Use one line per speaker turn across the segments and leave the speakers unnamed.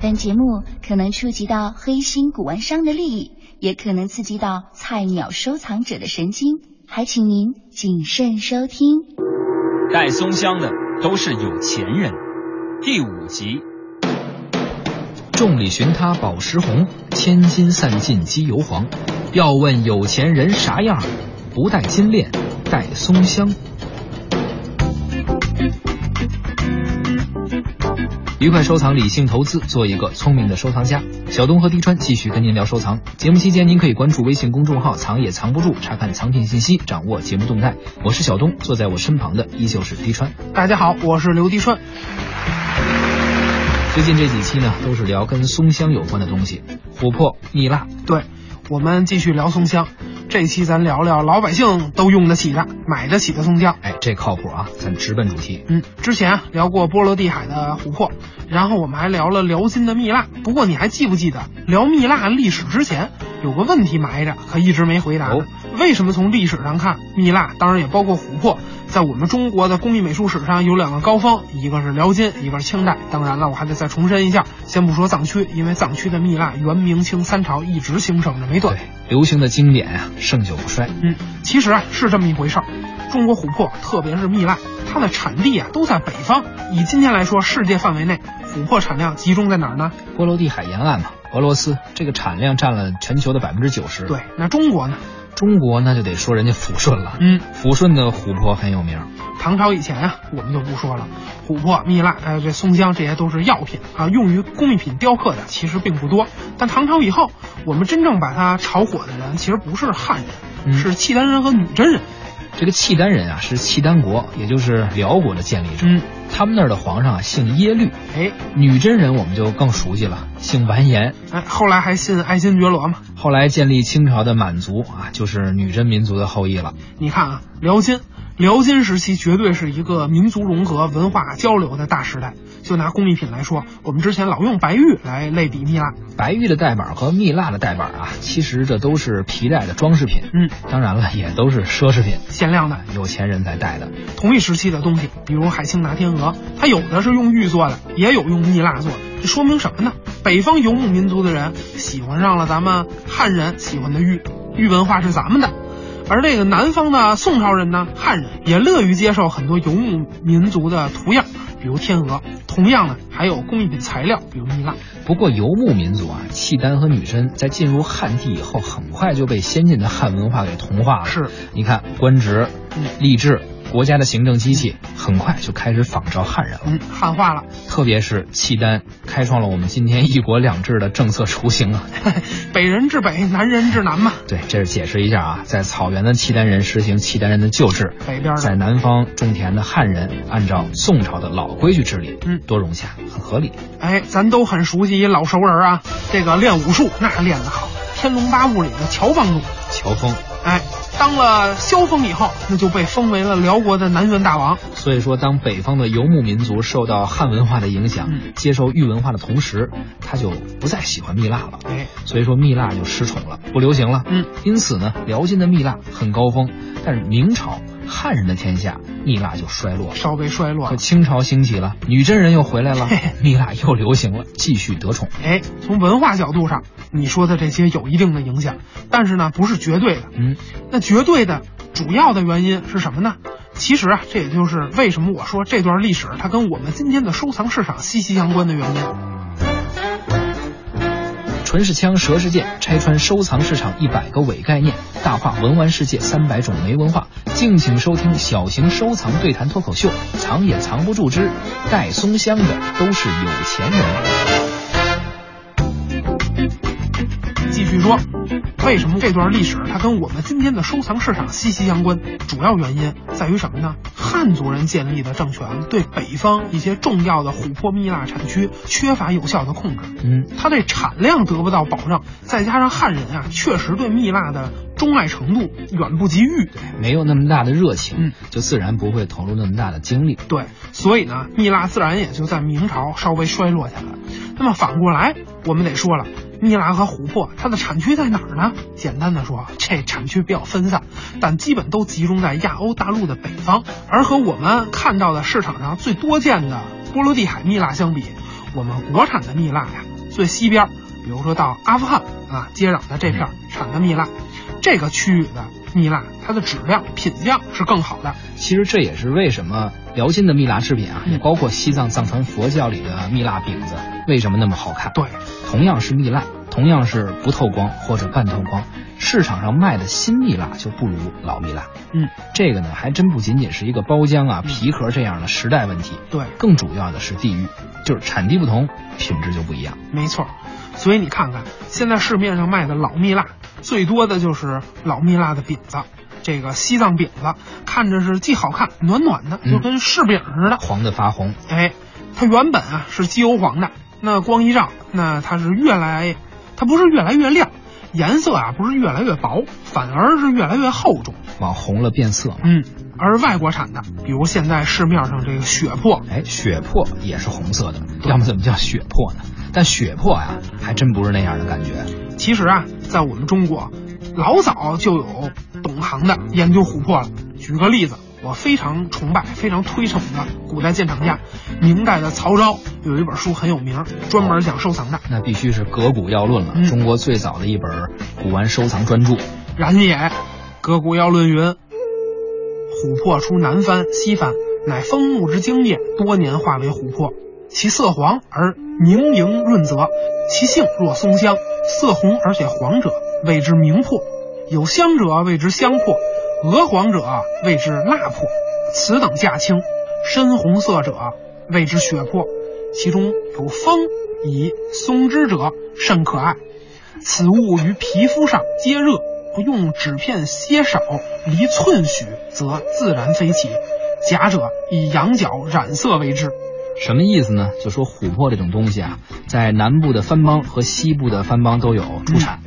本节目可能触及到黑心古玩商的利益，也可能刺激到菜鸟收藏者的神经，还请您谨慎收听。
带松香的都是有钱人。第五集，
众里寻他宝石红，千金散尽机油黄。要问有钱人啥样儿，不戴金链，戴松香。愉快收藏，理性投资，做一个聪明的收藏家。小东和滴川继续跟您聊收藏。节目期间，您可以关注微信公众号“藏也藏不住”，查看藏品信息，掌握节目动态。我是小东，坐在我身旁的依旧是滴川。
大家好，我是刘迪顺。
最近这几期呢，都是聊跟松香有关的东西，琥珀、蜜蜡。
对，我们继续聊松香。这期咱聊聊老百姓都用得起的、买得起的松香。
哎，这靠谱啊！咱直奔主题。
嗯，之前啊聊过波罗的海的琥珀，然后我们还聊了辽金的蜜蜡。不过你还记不记得聊蜜蜡历史之前有个问题埋着，可一直没回答呢、
哦
为什么从历史上看，蜜蜡当然也包括琥珀，在我们中国的工艺美术史上有两个高峰，一个是辽金，一个是清代。当然了，我还得再重申一下，先不说藏区，因为藏区的蜜蜡元明清三朝一直兴盛着没断。
对，流行的经典啊，盛久不衰。
嗯，其实啊是这么一回事儿。中国琥珀，特别是蜜蜡，它的产地啊都在北方。以今天来说，世界范围内琥珀产量集中在哪儿呢？
波罗的海沿岸嘛，俄罗斯这个产量占了全球的百分之九十。
对，，那中国呢？
中国那就得说人家抚顺了。
嗯，
抚顺的琥珀很有名，
唐朝以前啊，我们就不说了。琥珀、蜜蜡，呃，这松香这些都是药品啊，用于工艺品雕刻的其实并不多。但唐朝以后，我们真正把它炒火的人，其实不是汉人，
嗯
是契丹人和女真人。
这个契丹人啊是契丹国，也就是辽国的建立者。
嗯，
他们那儿的皇上啊姓耶律，
哎
女真人我们就更熟悉了，姓完颜。
哎，后来还信爱新觉罗嘛？
后来建立清朝的满族啊，就是女真民族的后裔了。
你看啊，辽金，辽金时期绝对是一个民族融合、文化交流的大时代。就拿工艺品来说，我们之前老用白玉来类比蜜蜡，
白玉的带板和蜜蜡的带板啊，其实这都是皮带的装饰品，
嗯，
当然了，也都是奢侈品，啊
限量的。
有钱人才戴的。
同一时期的东西，比如海青拿天鹅，它有的是用玉做的，也有用蜜蜡做的。这说明什么呢？北方游牧民族的人喜欢上了咱们汉人喜欢的玉，玉文化是咱们的。而这个南方的宋朝人呢，汉人也乐于接受很多游牧民族的图样，比如天鹅。同样呢，还有工艺品材料，比如蜜蜡。
不过游牧民族啊，契丹和女真在进入汉地以后，很快就被先进的汉文化给同化了。
是，
你看官职
嗯、
吏治、国家的行政机器，很快就开始仿照汉人了。
嗯，汉化了。
特别是契丹，开创了我们今天一国两制的政策雏形啊。
北人至北，南人至南嘛。
对，这是解释一下啊，在草原的契丹人实行契丹人的旧制，
北边的
在南方种田的汉人按照宋朝的老规矩治理，
嗯
多容下，很合理。
哎，咱都很熟悉一老熟人啊，这个练武术那练得好，《天龙八部》里的乔帮主。
乔峰，
哎，当了萧峰以后，那就被封为了辽国的南院大王。
所以说，当北方的游牧民族受到汉文化的影响，
嗯
接受玉文化的同时，他就不再喜欢蜜蜡了。
哎，
所以说蜜蜡就失宠了，不流行了。
嗯，
因此呢，辽金的蜜蜡很高峰，但是明朝汉人的天下，蜜蜡就衰落了。
稍微衰落
可
了。
清朝兴起了，女真人又回来了
嘿嘿，
蜜蜡又流行了，继续得宠。
哎，从文化角度上，你说的这些有一定的影响，但是呢，不是绝对的。
嗯，
那绝对的主要的原因是什么呢？其实啊，这也就是为什么我说这段历史它跟我们今天的收藏市场息息相关的原因。
唇是枪，舌是剑，拆穿收藏市场一百个伪概念，大话文玩世界三百种没文化。敬请收听小型收藏对谈脱口秀，藏也藏不住之带松香的都是有钱人。
继续据说，为什么这段历史它跟我们今天的收藏市场息息相关？主要原因在于什么呢？汉族人建立的政权对北方一些重要的琥珀蜜蜡产区缺乏有效的控制，
嗯，
它对产量得不到保障，再加上汉人啊确实对蜜蜡的钟爱程度远不及玉，
没有那么大的热情，
嗯
就自然不会投入那么大的精力。
对，所以呢，蜜蜡自然也就在明朝稍微衰落下来。那么反过来，我们得说了，蜜蜡和琥珀它的产区在哪儿呢？简单的说， 这产区比较分散，但基本都集中在亚欧大陆的北方。而和我们看到的市场上最多见的波罗的海蜜蜡相比，我们国产的蜜蜡呀，最西边，比如说到阿富汗啊接壤的这片儿产的蜜蜡，这个区域的蜜蜡，它的质量、品相是更好的。
其实这也是为什么辽金的蜜蜡制品啊，
嗯
也包括西藏藏传佛教里的蜜蜡饼子，为什么那么好看？
对，
同样是蜜蜡，同样是不透光或者半透光，市场上卖的新蜜蜡就不如老蜜蜡。
嗯，
这个呢，还真不仅仅是一个包浆啊、
嗯
皮壳这样的时代问题，
对。
更主要的是地域，就是产地不同，品质就不一样。
没错，所以你看看，现在市面上卖的老蜜蜡，最多的就是老蜜蜡的饼子，这个西藏饼子，看着是既好看暖暖的，
嗯
就跟柿饼似的。
黄的发红，
哎，它原本啊是机油黄的，那光一照，那它是越来，它不是越来越亮，颜色啊不是越来越薄，反而是越来越厚重。
往红了变色嘛。
嗯，而外国产的，比如现在市面上这个血珀，
哎，血珀也是红色的，
对
要么怎么叫血珀呢？但血珀啊，还真不是那样的感觉。
其实啊，在我们中国，老早就有懂行的研究琥珀了。举个例子，我非常崇拜、非常推崇的古代鉴赏家，明代的曹昭有一本书很有名，专门讲收藏的。
那必须是革古要论了，
嗯
中国最早的一本古玩收藏专著。
然也，《革古要论》云：“琥珀出南番、西番，乃枫木之精液，多年化为琥珀。其色黄而凝莹润泽，其性若松香，色红而且黄者，谓之明珀；有香者谓之香珀，鹅黄者谓之蜡珀。此等价轻，深红色者谓之血珀。其中有枫以松枝者，甚可爱。”此物于皮肤上皆热，不用纸片些少，离寸许，则自然飞起。假者以羊角染色为之。
什么意思呢？就说琥珀这种东西啊，在南部的番邦和西部的番邦都有出产。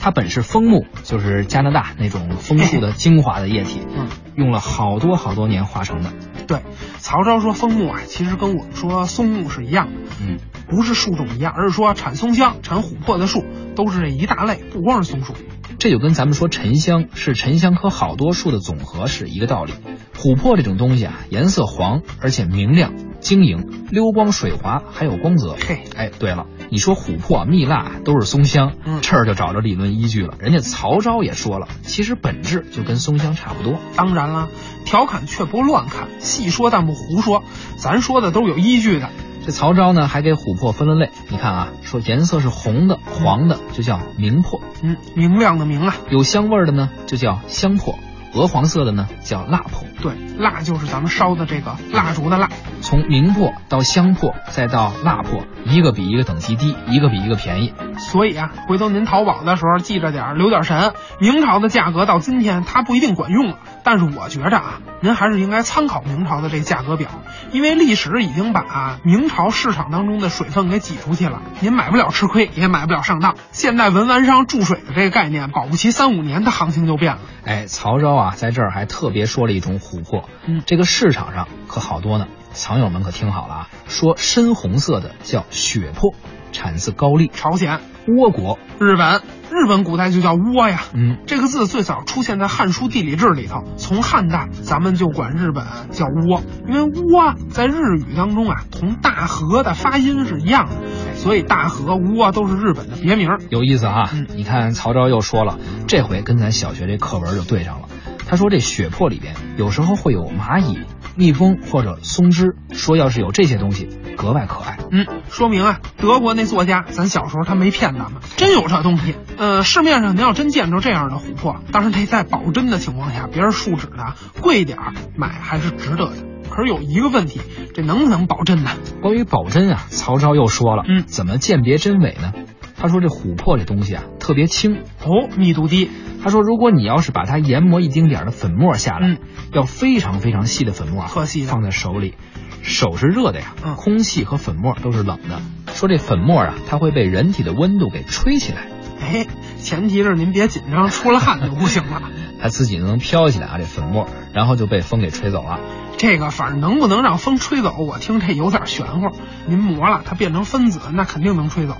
它本是枫木，就是加拿大那种枫树的精华的液体，
嗯，
用了好多好多年化成的。
对，曹操说枫木啊，其实跟我们说松木是一样的，
嗯，
不是树种一样，而是说产松香、产琥珀的树都是这一大类，不光是松树。
这就跟咱们说沉香是沉香科好多树的总和是一个道理。琥珀这种东西啊，颜色黄，而且明亮、晶莹、溜光水滑，还有光泽。
嘿，
哎，对了，你说琥珀、蜜蜡啊都是松香，
嗯
这儿就找着理论依据了。人家曹昭也说了，其实本质就跟松香差不多。
当然啦，调侃却不乱侃，细说但不胡说，咱说的都是有依据的。
这曹昭呢，还给琥珀分了类。你看啊，说颜色是红的、黄的，就叫明珀；
嗯，明亮的明啊，
有香味儿的呢，就叫香珀；鹅黄色的呢，叫蜡珀。
对，蜡就是咱们烧的这个蜡烛的蜡。
从明珀到香珀，再到蜡珀，一个比一个等级低，一个比一个便宜。
所以啊，回头您淘宝的时候记着点儿，留点神。明朝的价格到今天它不一定管用了，但是我觉着啊，您还是应该参考明朝的这价格表，因为历史已经把、明朝市场当中的水分给挤出去了，您买不了吃亏，也买不了上当。现代文玩商注水的这个概念，保不齐三五年它行情就变了。
哎，曹昭啊，在这儿还特别说了一种琥珀，
嗯
这个市场上可好多呢。藏友们可听好了啊，说深红色的叫血珀，产自高丽、
朝鲜、
倭国。
日本，日本古代就叫倭呀，
嗯，
这个字最早出现在《汉书·地理志》里头。从汉代，咱们就管日本叫倭，因为倭啊在日语当中啊，同大和的发音是一样的，所以大和、倭啊都是日本的别名。
有意思啊。
嗯
你看曹昭又说了，这回跟咱小学这课文就对上了。他说这血珀里边有时候会有蚂蚁、蜜蜂或者松枝，说要是有这些东西，格外可爱。
嗯，说明啊，德国那作家，咱小时候他没骗咱们，真有这东西。呃，市面上您要真见着这样的琥珀，当然得在保真的情况下，别是树脂的，啊贵点儿买还是值得的。可是有一个问题，这能不能保真呢？
关于保真啊，曹昭又说了，
嗯
怎么鉴别真伪呢？他说这琥珀这东西啊，特别轻。
哦，密度低，
他说，如果你要是把它研磨一丁点儿的粉末下来，
嗯
要非常非常细的粉末啊，
特细的
放在手里，手是热的呀，
嗯
空气和粉末都是冷的。说这粉末啊，它会被人体的温度给吹起来，
哎， 前提是您别紧张，出了汗就不行了。
它自己就能飘起来啊，这粉末，然后就被风给吹走了。
这个反正能不能让风吹走，我听这有点玄乎。您磨了，它变成分子，那肯定能吹走。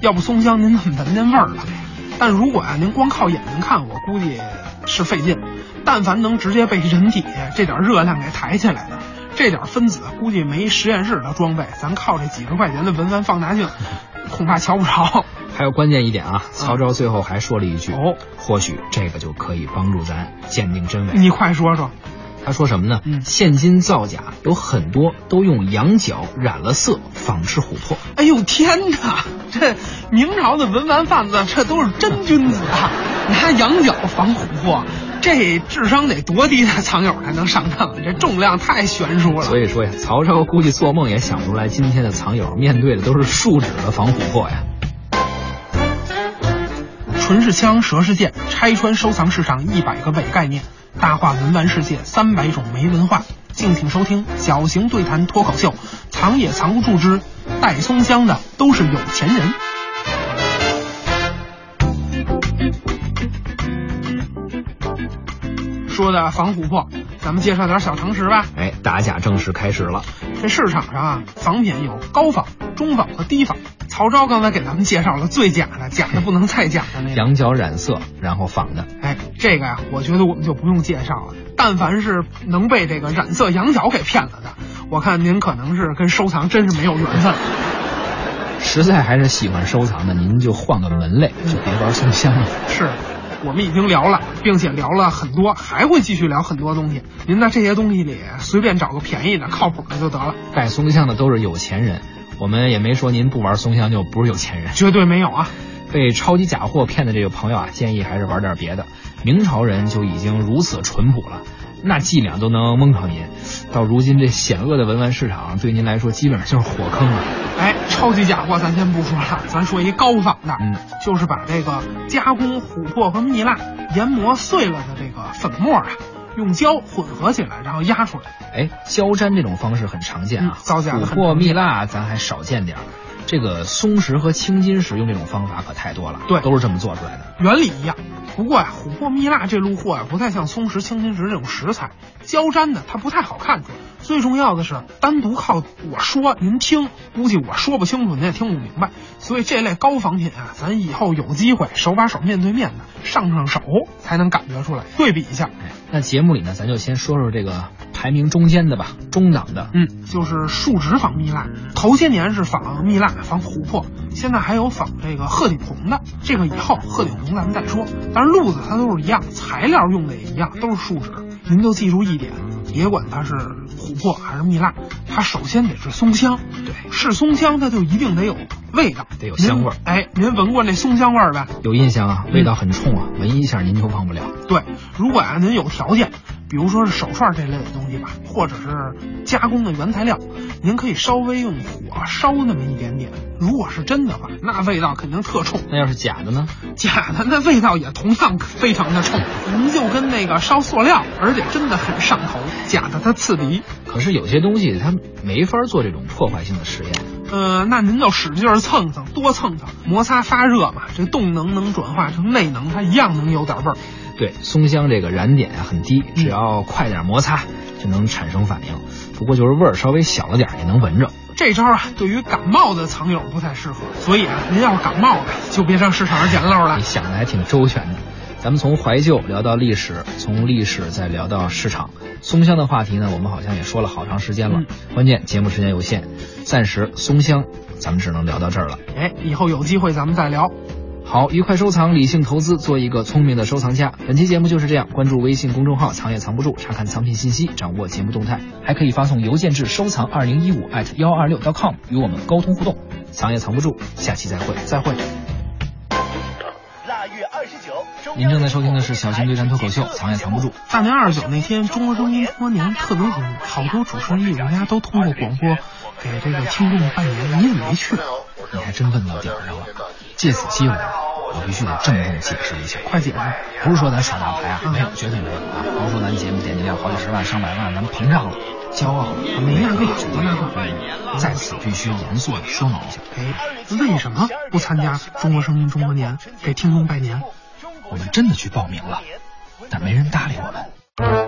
要不松香，您怎么闻见味儿了？但如果啊，您光靠眼睛看，我估计是费劲。但凡能直接被人体这点热量给抬起来的，这点分子估计没实验室的装备，咱靠这几十块钱的文玩放大镜，恐怕瞧不着。
还有关键一点啊，曹昭最后还说了一句，
嗯哦，
或许这个就可以帮助咱鉴定真伪。
你快说说，
他说什么呢？
嗯
现今造假有很多都用羊角染了色，仿制琥珀。
哎呦天哪！这明朝的文玩贩子，这都是真君子啊！拿羊角防琥珀，这智商得多低的藏友才能上当？啊这重量太悬殊了。
所以说呀，曹操估计做梦也想不出来，今天的藏友面对的都是树脂的防琥珀呀。
唇是枪，舌是剑，拆穿收藏市场一百个伪概念，大话文玩世界三百种没文化。敬请收听小型对谈脱口秀，《藏也藏不住之带松香的都是有钱人》。说的防琥珀，咱们介绍点小常识吧。
哎，打假正式开始了。
这市场上啊，仿品有高仿、中仿和低仿。曹昭刚才给咱们介绍了最假的，假的不能再假的那个。
羊角染色，然后仿的。
哎，这个呀、我觉得我们就不用介绍了。但凡是能被这个染色羊角给骗了的，我看您可能是跟收藏真是没有缘分。
实在还是喜欢收藏的，您就换个门类，就别玩松香了。
是，我们已经聊了，并且聊了很多，还会继续聊很多东西。您在这些东西里随便找个便宜的、靠谱的就得了，
带松香的都是有钱人，我们也没说您不玩松香就不是有钱人。
绝对没有啊。
被超级假货骗的这个朋友啊，建议还是玩点别的。明朝人就已经如此淳朴了，那伎俩都能蒙上您。到如今这险恶的文玩市场，对您来说基本上就是火坑了。
哎，超级假货咱先不说了，咱说一高仿的，
嗯
就是把这个加工琥珀和蜜蜡研磨碎了的这个粉末啊，用胶混合起来，然后压出来。
哎，胶粘这种方式很常见啊
嗯，造假的
琥
很
珀、蜜蜡咱还少见点儿。这个松石和青金石用这种方法可太多了，
对
都是这么做出来的。
原理一样。不过呀、琥珀蜜蜡这路货呀、不太像松石、青金石这种石材，胶粘的它不太好看出来。最重要的是，单独靠我说您听，估计我说不清楚，您也听不明白。所以这类高仿品啊，咱以后有机会手把手、面对面的上上手，才能感觉出来，对比一下。
哎，那节目里呢，咱就先说说这个排名中间的吧，中档的。
嗯，就是树脂仿蜜蜡，头些年是仿蜜蜡、仿琥珀，现在还有仿这个鹤顶红的。这个以后鹤顶红咱们再说，但是路子它都是一样，材料用的也一样，都是树脂。您就记住一点，别管它是琥珀还是蜜蜡，它首先得是松香。
对，
是松香，它就一定得有味道，
得有香味儿
您哎，您闻过那松香味儿呗？
有印象啊，味道很冲啊，闻一下您就忘不了。
对，如果啊您有条件，比如说是手串这类的东西吧，或者是加工的原材料，您可以稍微用火烧那么一点点。如果是真的话，那味道肯定特冲；
那要是假的呢？
假的那味道也同样非常的冲。您就跟那个烧塑料，而且真的很上头，假的它刺鼻。
可是有些东西它没法做这种破坏性的实验。
呃，那您就使劲儿蹭蹭，多蹭蹭，摩擦发热嘛，这动能能转化成内能，它一样能有点味儿。
对，松香这个燃点啊很低，只要快点摩擦就能产生反应。不过就是味儿稍微小了点儿也能闻着。
这招啊，对于感冒的藏友不太适合，所以啊，您要是感冒了，就别上市场上捡漏了
你。想的还挺周全的。咱们从怀旧聊到历史，从历史再聊到市场。松香的话题呢，我们好像也说了好长时间了。关键节目时间有限，暂时松香咱们只能聊到这儿了。
哎，以后有机会咱们再聊。
好，愉快收藏，理性投资，做一个聪明的收藏家。本期节目就是这样，关注微信公众号“藏也藏不住”，查看藏品信息，掌握节目动态，还可以发送邮件至收藏二零一五 at 幺二六 .com 与我们沟通互动。藏也藏不住，下期再会，再会。
腊月二十九，
您正在收听的是小型对谈脱口秀《藏也藏不住》。
大年二十九那天，中国中音多年特别节目，好多主持人艺术
啊
家都通过广播给这个听众拜年，你怎么没去？
你还真问到点儿上了。借此机会啊，我必须得郑重解释一下。啊
快解释！
不是说咱耍大牌啊，没有，绝对没有啊！甭说咱节目点击量好几十万、上百万，咱们膨胀了，骄傲了，
没那个主那个
嗯在此必须严肃的说明一下，
哎，为什么不参加中国声音中国年给听众拜年？
我们真的去报名了，但没人搭理我们。